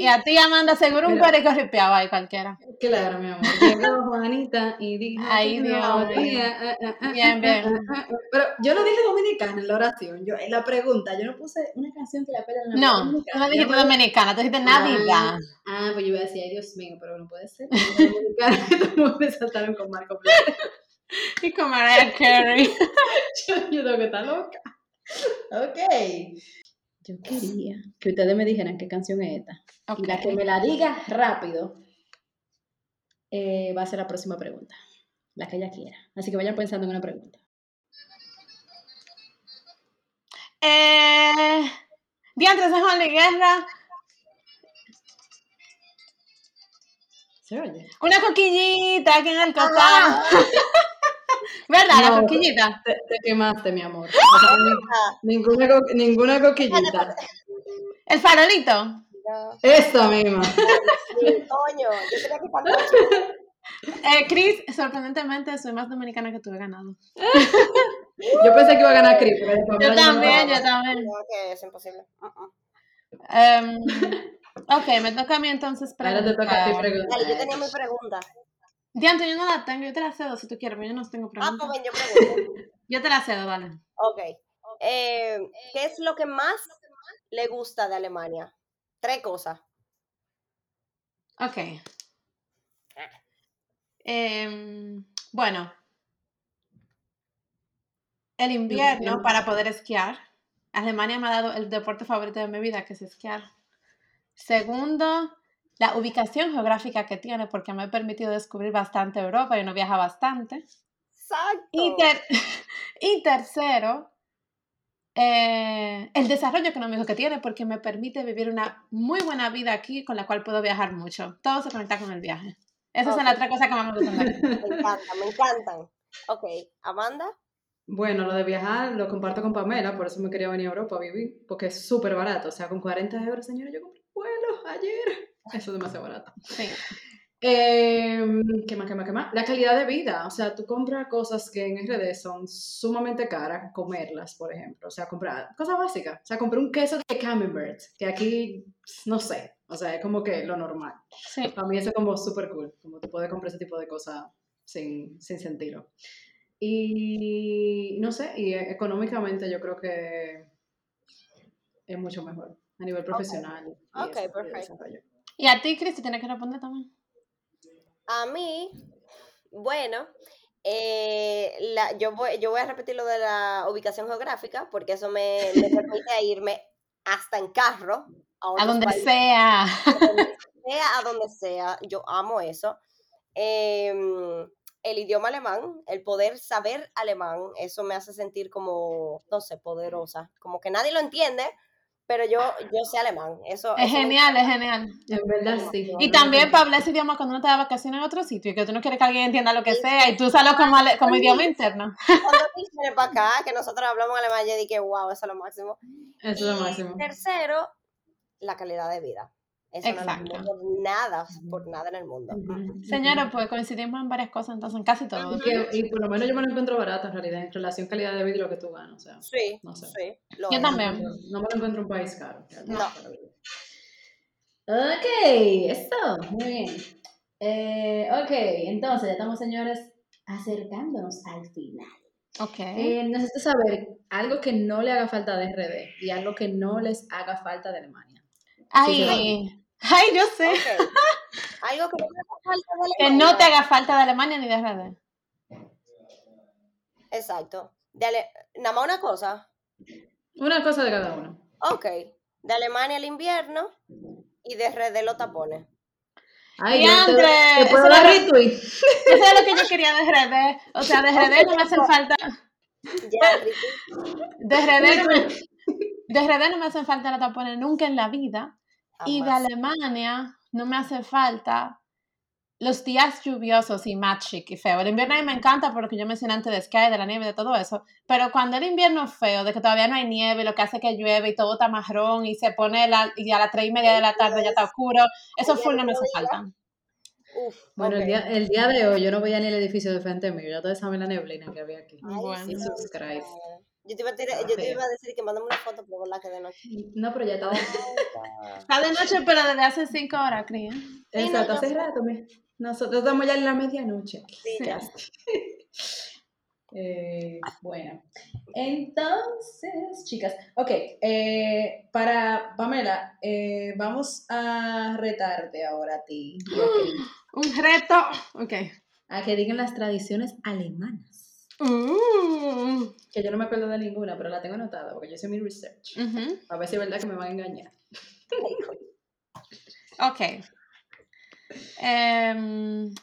[SPEAKER 3] Y a ti, Amanda, seguro un
[SPEAKER 1] Pero-
[SPEAKER 3] perico ripeado ahí cualquiera.
[SPEAKER 1] Claro, mi amor. Llegó Juanita y dijo.
[SPEAKER 3] Ay,
[SPEAKER 1] que
[SPEAKER 3] Dios
[SPEAKER 1] no,
[SPEAKER 3] mío.
[SPEAKER 1] eh, eh, eh,
[SPEAKER 3] Bien,
[SPEAKER 1] eh,
[SPEAKER 3] bien.
[SPEAKER 1] eh, eh. Pero yo lo dije dominicana en la oración. Yo, en la pregunta, yo no puse una canción que le acuerde a Navidad.
[SPEAKER 3] No, tú
[SPEAKER 1] dominicana.
[SPEAKER 3] no
[SPEAKER 1] Yo
[SPEAKER 3] dijiste
[SPEAKER 1] puse-
[SPEAKER 3] dominicana, tú dijiste Navidad.
[SPEAKER 1] Ah, pues yo iba a decir, ay Dios mío, pero no puede ser. Estas mujeres saltaron con Marco Pérez.
[SPEAKER 3] Y con Mariah Carey.
[SPEAKER 1] Yo, yo tengo que estar loca. Ok. Yo quería que ustedes me dijeran qué canción es esta. Y la que
[SPEAKER 3] Ok.
[SPEAKER 1] me la diga rápido eh, va a ser la próxima pregunta. La que ella quiera. Así que vayan pensando en una pregunta.
[SPEAKER 3] Eh, Diantres de Juan Luis Guerra.
[SPEAKER 1] ¿Se oye?
[SPEAKER 3] Una coquillita aquí en el costado. ¿Verdad? La
[SPEAKER 1] No.
[SPEAKER 3] coquillita.
[SPEAKER 1] Te, te quemaste, mi amor. O sea, ni- ninguna, co- ninguna coquillita.
[SPEAKER 3] El farolito.
[SPEAKER 2] No.
[SPEAKER 1] Esta misma.
[SPEAKER 2] Sí, coño, yo tenía que cantar.
[SPEAKER 3] Eh, Chris, sorprendentemente, soy más dominicana que tú he ganado.
[SPEAKER 1] Yo pensé que iba a ganar Cris, pero después me
[SPEAKER 3] Yo
[SPEAKER 1] la llevaron
[SPEAKER 3] también,
[SPEAKER 1] abajo.
[SPEAKER 3] yo también.
[SPEAKER 2] No, que es imposible.
[SPEAKER 3] Ah,
[SPEAKER 2] Uh-uh.
[SPEAKER 3] Em, ok, me toca a mí entonces
[SPEAKER 1] Ahora te toca a ti
[SPEAKER 3] preguntar.
[SPEAKER 1] preguntar.
[SPEAKER 2] Dale, yo tenía mi pregunta.
[SPEAKER 3] Diante, yo no la tengo, yo te la cedo si tú quieres, pero yo no tengo
[SPEAKER 2] Ah, pues
[SPEAKER 3] preguntas.
[SPEAKER 2] ven, yo pregunto.
[SPEAKER 3] Yo te la cedo, dale.
[SPEAKER 2] Ok. Eh, ¿Qué es lo que más le gusta de Alemania? Tres cosas.
[SPEAKER 3] Ok. Em, bueno. El invierno para poder esquiar. Alemania me ha dado el deporte favorito de mi vida, que es esquiar. Segundo, la ubicación geográfica que tiene, porque me ha permitido descubrir bastante Europa, yo no viaja bastante.
[SPEAKER 2] Exacto.
[SPEAKER 3] Y, ter- y tercero, eh, el desarrollo económico que tiene, porque me permite vivir una muy buena vida aquí, con la cual puedo viajar mucho. Todo se conecta con el viaje. Esas son las
[SPEAKER 2] Ok.
[SPEAKER 3] tres cosas que más me gustan de aquí.
[SPEAKER 2] Me encantan, me encantan. Ok, Amanda.
[SPEAKER 1] Bueno, lo de viajar lo comparto con Pamela, por eso me quería venir a Europa a vivir, porque es súper barato. O sea, con 40 euros, señora, yo compré un vuelo ayer. Eso es demasiado barato.
[SPEAKER 3] Sí.
[SPEAKER 1] Em, ¿Qué más, qué más, qué más? La calidad de vida. O sea, tú compras cosas que en RD son sumamente caras, comerlas, por ejemplo. O sea, comprar cosas básicas. O sea, compré un queso de Camembert, que aquí, no sé. O sea, es como que lo normal.
[SPEAKER 3] Sí.
[SPEAKER 1] Para mí eso es como súper cool, como tú puedes comprar ese tipo de cosas sin, sin sentido. Y no sé, y e- económicamente yo creo que es mucho mejor a nivel profesional. y
[SPEAKER 2] Ok,
[SPEAKER 1] eso, y
[SPEAKER 2] perfecto.
[SPEAKER 1] desarrollo.
[SPEAKER 3] Y a ti, Cristi, tienes que responder también.
[SPEAKER 2] A mí, bueno, eh, la- yo, voy, yo voy a repetir lo de la ubicación geográfica, porque eso me, me permite irme hasta en carro.
[SPEAKER 3] A
[SPEAKER 2] otros
[SPEAKER 3] donde
[SPEAKER 2] países.
[SPEAKER 3] sea.
[SPEAKER 2] sea a donde sea, yo amo eso. Em, el idioma alemán, el poder saber alemán, eso me hace sentir como, no sé, poderosa, como que nadie lo entiende, pero yo, yo sé alemán, eso
[SPEAKER 3] Es
[SPEAKER 2] eso me-
[SPEAKER 3] genial, es genial.
[SPEAKER 1] En verdad sí.
[SPEAKER 3] Y también para hablar ese idioma cuando uno está de vacaciones en otro sitio y que tú no quieres que alguien entienda lo que
[SPEAKER 2] Sí,
[SPEAKER 3] sea y tú usarlo como, ale- como idioma interno.
[SPEAKER 2] Cuando Luis viene para acá, que nosotros hablamos alemán, yo dije, wow, eso es lo máximo.
[SPEAKER 1] Eso es lo
[SPEAKER 2] Y
[SPEAKER 1] máximo.
[SPEAKER 2] Tercero, la calidad de vida. Eso no
[SPEAKER 3] Exacto.
[SPEAKER 2] lo tengo por nada, por nada en el mundo.
[SPEAKER 1] Ujú,
[SPEAKER 3] Señora, pues coincidimos en varias cosas, entonces en casi todo.
[SPEAKER 1] ujú. Y, que- y por lo menos yo me lo encuentro barato en realidad, en relación calidad de vida y lo que tú ganas. O sea,
[SPEAKER 2] Sí,
[SPEAKER 1] no sé.
[SPEAKER 2] sí, lo
[SPEAKER 3] Yo
[SPEAKER 2] es.
[SPEAKER 3] también.
[SPEAKER 1] No me lo encuentro en un país caro.
[SPEAKER 2] No.
[SPEAKER 1] Ok, eso, muy bien. Eh, ok, entonces ya estamos, señores, acercándonos al final.
[SPEAKER 3] Ok.
[SPEAKER 1] Eh, necesito saber algo que no le haga falta de RD y algo que no les haga falta de Alemania.
[SPEAKER 3] Ay, ay, yo sé.
[SPEAKER 2] Ok. Algo que no me hace falta de
[SPEAKER 3] Que
[SPEAKER 2] Alemania.
[SPEAKER 3] no te haga falta de Alemania ni de RD.
[SPEAKER 2] Exacto. Dale, nada más una cosa.
[SPEAKER 1] Una cosa de cada uno.
[SPEAKER 2] Ok. De Alemania el invierno y de RD los tapones.
[SPEAKER 1] Ay, yo te-
[SPEAKER 3] Diantre,
[SPEAKER 1] te puedo
[SPEAKER 3] eso
[SPEAKER 1] dar
[SPEAKER 3] no-
[SPEAKER 1] retweet.
[SPEAKER 3] Eso es lo que yo quería de RD. O sea, de RD no me hacen falta.
[SPEAKER 2] Ya, Ricky.
[SPEAKER 3] De RD, no me- de RD no me hacen falta los tapones nunca en la vida. Y de
[SPEAKER 2] Jamás.
[SPEAKER 3] Alemania no me hace falta los días lluviosos y magic y feo. El invierno a mí me encanta porque yo mencioné antes de Sky, de la nieve, de todo eso. Pero cuando el invierno es feo, de que todavía no hay nieve, lo que hace que llueve y todo está marrón y se pone la- y a las tres y media de la tarde ya está oscuro, eso
[SPEAKER 2] Ay,
[SPEAKER 3] full
[SPEAKER 2] ya
[SPEAKER 3] no me
[SPEAKER 2] no
[SPEAKER 3] hace
[SPEAKER 2] digas.
[SPEAKER 3] falta.
[SPEAKER 2] Uf,
[SPEAKER 1] Bueno,
[SPEAKER 2] ok.
[SPEAKER 1] el, día, el día de hoy yo no veía ni el edificio de frente mío, ya toda saben la neblina que había aquí.
[SPEAKER 2] Ay,
[SPEAKER 3] Bueno.
[SPEAKER 2] sí,
[SPEAKER 1] Jesus Christ.
[SPEAKER 2] madre. Yo te, iba a tirar- yo te
[SPEAKER 1] Feo.
[SPEAKER 2] iba a decir que mandame una foto, pero la que de noche.
[SPEAKER 1] No, pero ya está.
[SPEAKER 3] Está de noche, pero desde hace cinco horas, cría.
[SPEAKER 1] Exacto,
[SPEAKER 2] no,
[SPEAKER 1] hace rato. mi- Nosotros estamos ya en la medianoche.
[SPEAKER 2] Sí, ya.
[SPEAKER 1] Eh, bueno, entonces, chicas, ok, eh, para Pamela, eh, vamos a retarte ahora a ti, y a Cris,
[SPEAKER 3] Un reto. Ok.
[SPEAKER 1] a que digan las tradiciones alemanas,
[SPEAKER 3] Mm.
[SPEAKER 1] que yo no me acuerdo de ninguna, pero la tengo anotada porque yo hice mi research,
[SPEAKER 3] Ujú.
[SPEAKER 1] a ver si es verdad que me van a engañar.
[SPEAKER 3] Ok. Em,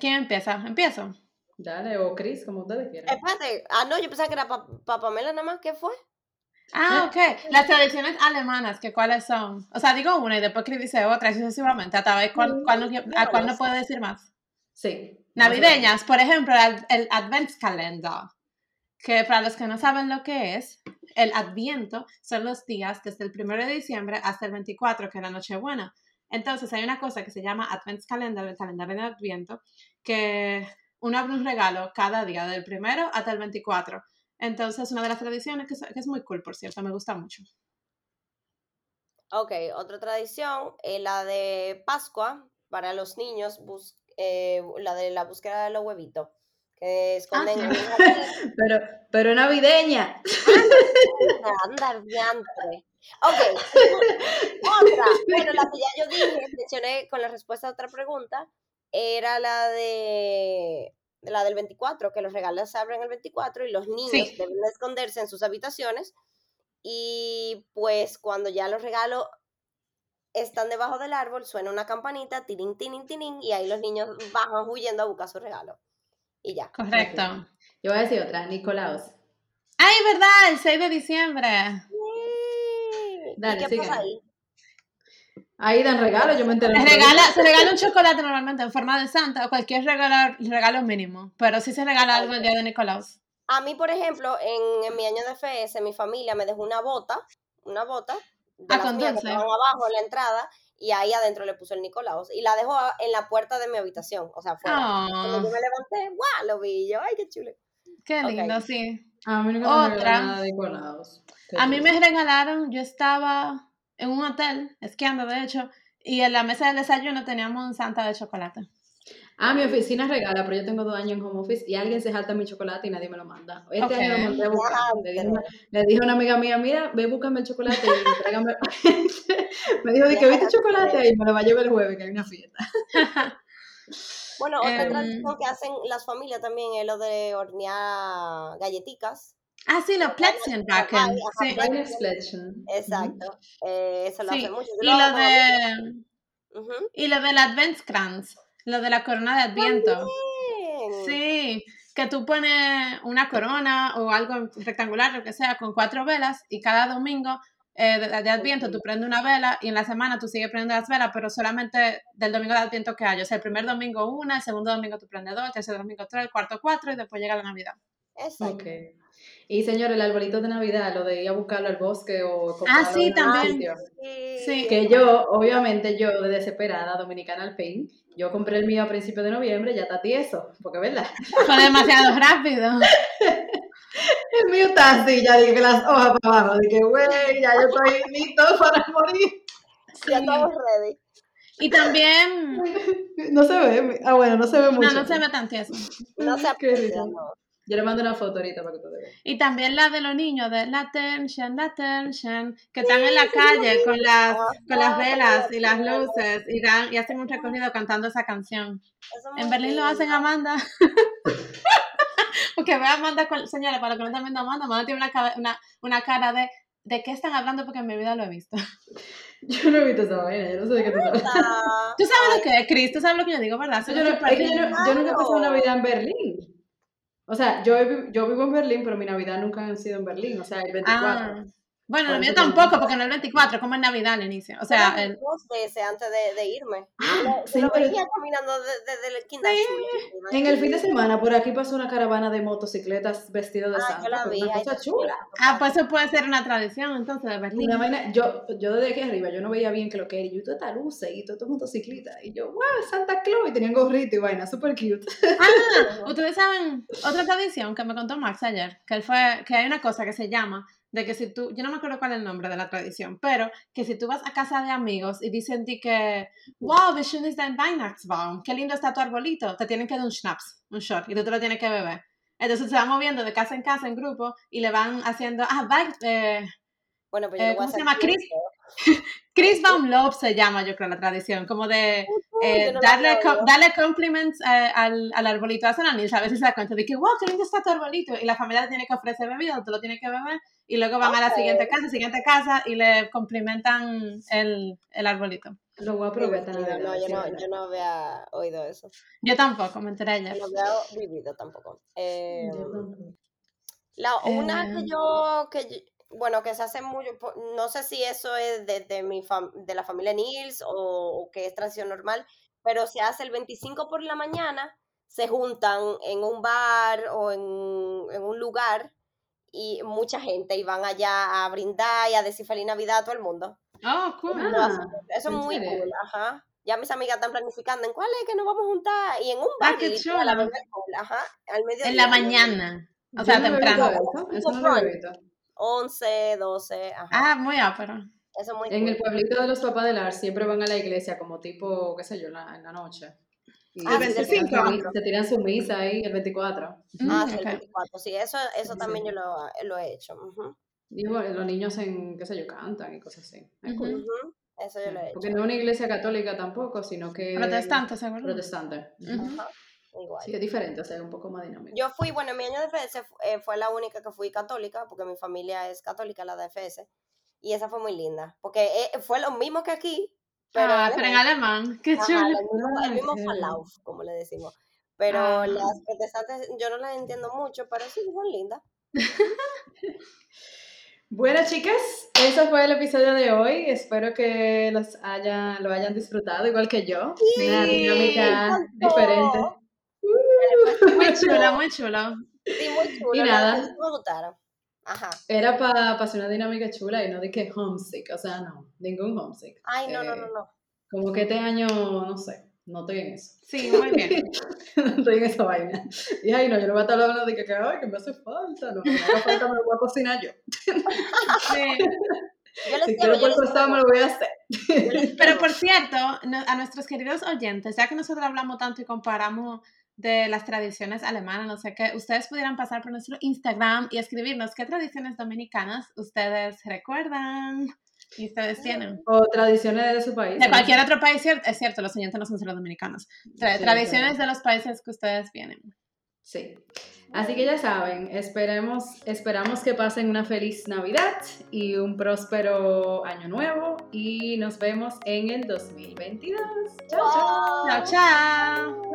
[SPEAKER 3] ¿Quién empieza? Empiezo.
[SPEAKER 1] Dale, o Chris, como ustedes
[SPEAKER 3] Eh,
[SPEAKER 1] quieran.
[SPEAKER 2] Espérate. Ah, no, yo pensaba que era para Pamela nada más. ¿Qué fue?
[SPEAKER 3] Ah, ok. Las tradiciones alemanas, que cuáles son? O sea, digo una y después Chris dice otra, y sucesivamente, hasta ver cuál, cuál no,
[SPEAKER 2] no
[SPEAKER 3] a cuál
[SPEAKER 2] lo
[SPEAKER 3] no puedo decir más.
[SPEAKER 1] Sí.
[SPEAKER 3] Navideñas, por ejemplo, el, el Adventskalender, que para los que no saben lo que es, el Adviento son los días desde el 1 de diciembre hasta el 24, que es la Nochebuena. Entonces hay una cosa que se llama Adventskalender, el calendario de Adviento, que uno abre un regalo cada día, del primero hasta el 24. Entonces, una de las tradiciones que es, que es muy cool, por cierto, me gusta mucho.
[SPEAKER 2] Ok, otra tradición, eh, la de Pascua para los niños, bus- eh, la de la búsqueda de los huevitos, que esconden
[SPEAKER 3] sí.
[SPEAKER 2] en un jardín.
[SPEAKER 1] Pero, pero navideña.
[SPEAKER 2] Anda, el diantre. Ok, otra, bueno, la que ya yo dije, mencioné con la respuesta a otra pregunta, era la de la del 24, que los regalos se abren el 24 y los niños
[SPEAKER 3] Sí.
[SPEAKER 2] deben de esconderse en sus habitaciones y pues cuando ya los regalos están debajo del árbol, suena una campanita, tirín, tirín, tirín, y ahí los niños bajan huyendo a buscar su regalo. Y ya.
[SPEAKER 3] Correcto.
[SPEAKER 1] Yo voy a decir otra, Nicolaos.
[SPEAKER 3] ¡Ay, verdad! El 6 de diciembre.
[SPEAKER 2] Sí. ¿Y
[SPEAKER 1] Dale,
[SPEAKER 2] qué pasa
[SPEAKER 1] síguela.
[SPEAKER 2] ahí?
[SPEAKER 1] Ahí dan regalo, yo me enteré.
[SPEAKER 3] Se regala, se regala un chocolate normalmente en forma de santa o cualquier regalo, regalo mínimo, pero sí se regala algo el día de Nicolás.
[SPEAKER 2] A mí, por ejemplo, en, en mi año de FS, mi familia me dejó una bota, una bota, de
[SPEAKER 3] Ah,
[SPEAKER 2] las
[SPEAKER 3] con
[SPEAKER 2] mías que
[SPEAKER 3] dulce.
[SPEAKER 2] estaban abajo en la entrada, y ahí adentro le puso el Nicolaos, y la dejó a- en la puerta de mi habitación, o sea, afuera. Cuando yo
[SPEAKER 3] Oh,
[SPEAKER 2] me levanté, ¡guau! Lo vi, y yo, ¡ay, qué chulo!
[SPEAKER 3] qué
[SPEAKER 2] Ok.
[SPEAKER 3] lindo, sí.
[SPEAKER 1] A mí nunca me
[SPEAKER 3] Otra.
[SPEAKER 1] regalaron nada de colados.
[SPEAKER 3] A mí me regalaron, yo estaba en un hotel, esquiando de hecho, y en la mesa del desayuno teníamos un santa de chocolate.
[SPEAKER 1] Ah, mi oficina regala, pero yo tengo dos años en home office y alguien se salta mi chocolate y nadie me lo manda. Este
[SPEAKER 3] Ok.
[SPEAKER 1] año lo mandé a buscar. Le dije,
[SPEAKER 2] pero-
[SPEAKER 1] le dije a una amiga mía, mira, ve, búscame el chocolate y tráigame. me dijo, de que viste chocolate ahí, me lo va a llevar el jueves, que hay una fiesta.
[SPEAKER 2] Bueno, otra
[SPEAKER 3] Em,
[SPEAKER 2] tradición que hacen las familias también es lo de hornear galletitas.
[SPEAKER 3] Ah, sí, los Plätzchenbacken.
[SPEAKER 2] Ay, ajá,
[SPEAKER 3] Sí,
[SPEAKER 2] Plätzchen.
[SPEAKER 1] Baile Selection.
[SPEAKER 2] Exacto. Eh, eso lo
[SPEAKER 3] sí.
[SPEAKER 2] hacen mucho. Yo
[SPEAKER 3] Y
[SPEAKER 2] lo hago
[SPEAKER 3] lo
[SPEAKER 2] con la mía.
[SPEAKER 3] de
[SPEAKER 2] Ujú.
[SPEAKER 3] y lo del Adventskranz, lo de la corona de Adviento.
[SPEAKER 2] Bien.
[SPEAKER 3] Sí, que tú pones una corona o algo rectangular, lo que sea, con cuatro velas y cada domingo eh, de, de Adviento tú prendes una vela y en la semana tú sigues prendiendo las velas, pero solamente del domingo de Adviento que hay. O sea, el primer domingo una, el segundo domingo tú prendes dos, el tercer domingo tres, el cuarto cuatro y después llega la Navidad.
[SPEAKER 2] Exacto.
[SPEAKER 1] Ok. Y señor, el arbolito de Navidad, lo de ir a buscarlo al bosque o comprarlo
[SPEAKER 3] Ah, sí,
[SPEAKER 1] en algún
[SPEAKER 3] también.
[SPEAKER 1] sitio.
[SPEAKER 3] Sí.
[SPEAKER 1] Que yo, obviamente, yo de desesperada, dominicana al fin, yo compré el mío a principios de noviembre, ya está tieso, porque verdad,
[SPEAKER 3] Fue demasiado rápido.
[SPEAKER 1] el mío está así, ya dije que las hojas para abajo, dije, güey, ya yo estoy listo para morir.
[SPEAKER 2] Ya estamos ready.
[SPEAKER 3] Y también,
[SPEAKER 1] No se ve, ah, bueno, no se ve mucho.
[SPEAKER 3] no, no se ve tan tieso.
[SPEAKER 2] No se
[SPEAKER 1] Qué
[SPEAKER 2] aprecia,
[SPEAKER 1] risa.
[SPEAKER 2] no.
[SPEAKER 1] Yo le mando una foto ahorita para que ustedes vean.
[SPEAKER 3] Y también la de los niños, de la tension, la tension, que están en la calle con las, con
[SPEAKER 1] Ah,
[SPEAKER 3] las velas y las luces y, dan, y hacen un
[SPEAKER 1] Ah,
[SPEAKER 3] recorrido cantando esa canción.
[SPEAKER 2] Eso es
[SPEAKER 3] En
[SPEAKER 2] muy
[SPEAKER 3] Berlín lo hacen,
[SPEAKER 2] lindo.
[SPEAKER 3] Amanda. Porque ve a Amanda, con- señora, para los que no están viendo a Amanda, Amanda tiene una, cabe- una, una cara de ¿de qué están hablando? Porque en mi vida lo he visto.
[SPEAKER 1] Yo no he visto esa vaina, yo no sé de qué tú hablas.
[SPEAKER 2] Ah,
[SPEAKER 3] Tú sabes lo que es, Chris, tú sabes lo que yo digo, ¿verdad?
[SPEAKER 1] Yo, no- es que yo no- yo nunca he pasado
[SPEAKER 2] Claro.
[SPEAKER 1] Navidad en Berlín. O sea, yo, he vi- yo vivo en Berlín, pero mi Navidad nunca ha sido en Berlín. O sea, el 24.
[SPEAKER 3] Ah, bueno,
[SPEAKER 1] Por eso
[SPEAKER 3] el mío
[SPEAKER 1] te digo.
[SPEAKER 3] tampoco, porque no el 24, como es Navidad al inicio. O sea,
[SPEAKER 2] fueron
[SPEAKER 3] el-
[SPEAKER 2] dos veces antes de, de irme.
[SPEAKER 1] Ah,
[SPEAKER 2] Lo-
[SPEAKER 1] sí,
[SPEAKER 2] lo
[SPEAKER 1] pero-
[SPEAKER 2] veía caminando de- desde el quinta
[SPEAKER 3] Sí.
[SPEAKER 2] chulo.
[SPEAKER 1] En el fin de semana, por aquí pasó una caravana de motocicletas vestidas de
[SPEAKER 2] Ah,
[SPEAKER 1] santa.
[SPEAKER 2] yo la
[SPEAKER 1] pero
[SPEAKER 2] vi,
[SPEAKER 1] Una
[SPEAKER 2] ay,
[SPEAKER 1] cosa
[SPEAKER 2] qué
[SPEAKER 1] chula.
[SPEAKER 3] ah, pues eso puede ser una tradición entonces de Berlín.
[SPEAKER 1] Una vaina- yo, yo desde aquí arriba, yo no veía bien que lo que era. Y yo, toda luce y todo motocicleta. Y yo, wow, Santa Claus. Y tenían gorrito y vaina, súper cute.
[SPEAKER 3] Ah, ustedes saben otra tradición que me contó Max ayer, que él fue, que hay una cosa que se llama de que si tú, yo no me acuerdo cuál es el nombre de la tradición, pero que si tú vas a casa de amigos y dicen ti que, wow, wie schön ist dein Weihnachtsbaum, qué lindo está tu arbolito, te tienen que dar un schnapps, un shot, y tú te lo tienes que beber. Entonces se van moviendo de casa en casa en grupo y le van haciendo, ah, Weih- eh,
[SPEAKER 2] Bueno, pues yo
[SPEAKER 3] Eh,
[SPEAKER 2] no voy a
[SPEAKER 3] ¿cómo se
[SPEAKER 2] hacer
[SPEAKER 3] llama?
[SPEAKER 2] fiesta.
[SPEAKER 3] Chris- Chris Baumlob se llama, yo creo, la tradición, como de
[SPEAKER 2] Ujú,
[SPEAKER 3] eh,
[SPEAKER 2] yo no la
[SPEAKER 3] darle,
[SPEAKER 2] veo.
[SPEAKER 3] co- darle compliments eh, al, al arbolito a San Anís, a veces se da cuenta de que, wow, qué lindo está tu arbolito, y la familia te tiene que ofrecer bebida, tú lo tienes que beber, y luego van a la
[SPEAKER 2] Ok.
[SPEAKER 3] siguiente casa, siguiente casa, y le complimentan el, el arbolito.
[SPEAKER 1] Lo voy a probar esta
[SPEAKER 2] Divertido,
[SPEAKER 1] Navidad.
[SPEAKER 2] No, yo
[SPEAKER 1] sí,
[SPEAKER 2] no,
[SPEAKER 1] ¿verdad?
[SPEAKER 2] yo no había oído eso.
[SPEAKER 3] Yo tampoco, me enteré ayer.
[SPEAKER 2] No había vivido tampoco. Eh,
[SPEAKER 1] Yo tampoco.
[SPEAKER 2] La una
[SPEAKER 3] Eh,
[SPEAKER 2] que yo, que yo- bueno, que se hace mucho, po- no sé si eso es de, de mi fam- de la familia Nils o, o que es tradición normal, pero se hace el 25 por la mañana, se juntan en un bar o en, en un lugar y mucha gente y van allá a brindar y a decir feliz Navidad a todo el mundo.
[SPEAKER 3] Oh, cool.
[SPEAKER 1] Ah,
[SPEAKER 2] Lo hacen- eso
[SPEAKER 1] ¿en
[SPEAKER 2] es muy
[SPEAKER 1] serio?
[SPEAKER 2] cool, ajá. Ya mis amigas están planificando en cuál es que nos vamos a juntar y en un
[SPEAKER 3] Ah,
[SPEAKER 2] bar y
[SPEAKER 3] qué
[SPEAKER 2] literal, a
[SPEAKER 3] chulo.
[SPEAKER 2] beber alcohol, ajá, al mediodía,
[SPEAKER 3] En la
[SPEAKER 2] al mediodía.
[SPEAKER 3] mañana, o
[SPEAKER 1] Yo
[SPEAKER 3] sea,
[SPEAKER 1] no lo he
[SPEAKER 3] temprano.
[SPEAKER 1] visto Eso, eso no lo he visto.
[SPEAKER 2] 11, 12, ajá.
[SPEAKER 3] Ah, muy ápero.
[SPEAKER 2] Eso es muy
[SPEAKER 1] En
[SPEAKER 2] cool.
[SPEAKER 1] el pueblito de los papás de Lar siempre van a la iglesia como tipo, qué sé yo, en la, en la noche. Y
[SPEAKER 2] Ah,
[SPEAKER 1] se tiran su
[SPEAKER 3] 25.
[SPEAKER 1] misa- Se tiran su misa ahí el 24.
[SPEAKER 2] Ah,
[SPEAKER 3] Mm,
[SPEAKER 2] sí, el
[SPEAKER 3] ok.
[SPEAKER 2] 24. Sí, eso, eso
[SPEAKER 1] Sí,
[SPEAKER 2] también
[SPEAKER 1] sí.
[SPEAKER 2] yo lo, lo he hecho. ujú,
[SPEAKER 1] Y bueno, los niños en, qué sé yo, cantan y cosas así. Es cool.
[SPEAKER 3] Ujú.
[SPEAKER 2] ujú, Eso
[SPEAKER 3] Mm,
[SPEAKER 2] yo lo he hecho.
[SPEAKER 1] Porque no es una iglesia católica tampoco, sino que...
[SPEAKER 3] Protestante, seguro.
[SPEAKER 1] Protestante.
[SPEAKER 3] Ujú.
[SPEAKER 2] Ajá, igual.
[SPEAKER 1] Sí, es diferente, o sea, es un poco más dinámico.
[SPEAKER 2] Yo fui, bueno, en mi año de FS fu- eh, fue la única que fui católica, porque mi familia es católica, la de FS. Y esa fue muy linda, porque eh, fue lo mismo que aquí, pero en
[SPEAKER 3] Ah, pero en
[SPEAKER 2] alemán.
[SPEAKER 3] alemán, qué
[SPEAKER 2] Ajá,
[SPEAKER 3] chulo.
[SPEAKER 2] el mismo, el
[SPEAKER 1] Ah,
[SPEAKER 2] mismo
[SPEAKER 1] qué-
[SPEAKER 2] Verlauf, como le decimos. Pero
[SPEAKER 3] E Ah.
[SPEAKER 2] las protestantes yo no las entiendo mucho, pero sí son lindas.
[SPEAKER 1] Bueno, chicas, eso fue el episodio de hoy. Espero que los haya, lo hayan disfrutado igual que yo. Una dinámica
[SPEAKER 2] me encantó.
[SPEAKER 1] diferente.
[SPEAKER 3] Muy chulo, muy chulo.
[SPEAKER 2] Sí, muy chulo.
[SPEAKER 1] Y
[SPEAKER 2] la
[SPEAKER 1] nada.
[SPEAKER 2] verdad, Me gustaron. Ajá.
[SPEAKER 1] Era para hacer una dinámica chula y no de que homesick, o sea, no, ningún homesick.
[SPEAKER 2] Ay, no, no,
[SPEAKER 1] Eh,
[SPEAKER 2] no, no.
[SPEAKER 1] Como que este año, no sé, no estoy en eso.
[SPEAKER 3] Sí, muy bien.
[SPEAKER 1] no estoy en esa vaina. Y ay, no, yo no voy a estar hablando de que, que, ay, que me hace falta, no, me haga falta, me lo voy a cocinar yo.
[SPEAKER 3] Sí.
[SPEAKER 2] Yo les
[SPEAKER 1] Si
[SPEAKER 2] quiero,
[SPEAKER 1] quiero
[SPEAKER 2] yo
[SPEAKER 1] por
[SPEAKER 2] les
[SPEAKER 1] costado, me lo voy a hacer.
[SPEAKER 2] quiero, yo les
[SPEAKER 3] Pero
[SPEAKER 2] quiero.
[SPEAKER 3] por cierto, no- a nuestros queridos oyentes, ya que nosotros hablamos tanto y comparamos de las tradiciones alemanas, no sé qué, ustedes pudieran pasar por nuestro Instagram y escribirnos qué tradiciones dominicanas ustedes recuerdan y ustedes tienen.
[SPEAKER 1] O tradiciones de su país.
[SPEAKER 3] De
[SPEAKER 1] ¿no?
[SPEAKER 3] cualquier otro país, cier- es cierto, los oyentes no son solo dominicanos. Tra-
[SPEAKER 1] Sí,
[SPEAKER 3] tradiciones de los países que ustedes vienen.
[SPEAKER 1] Sí. Así que ya saben, esperemos, esperamos que pasen una feliz Navidad y un próspero año nuevo y nos vemos en el 2022. Chao, chao.
[SPEAKER 2] Ah.
[SPEAKER 3] Chao, chao.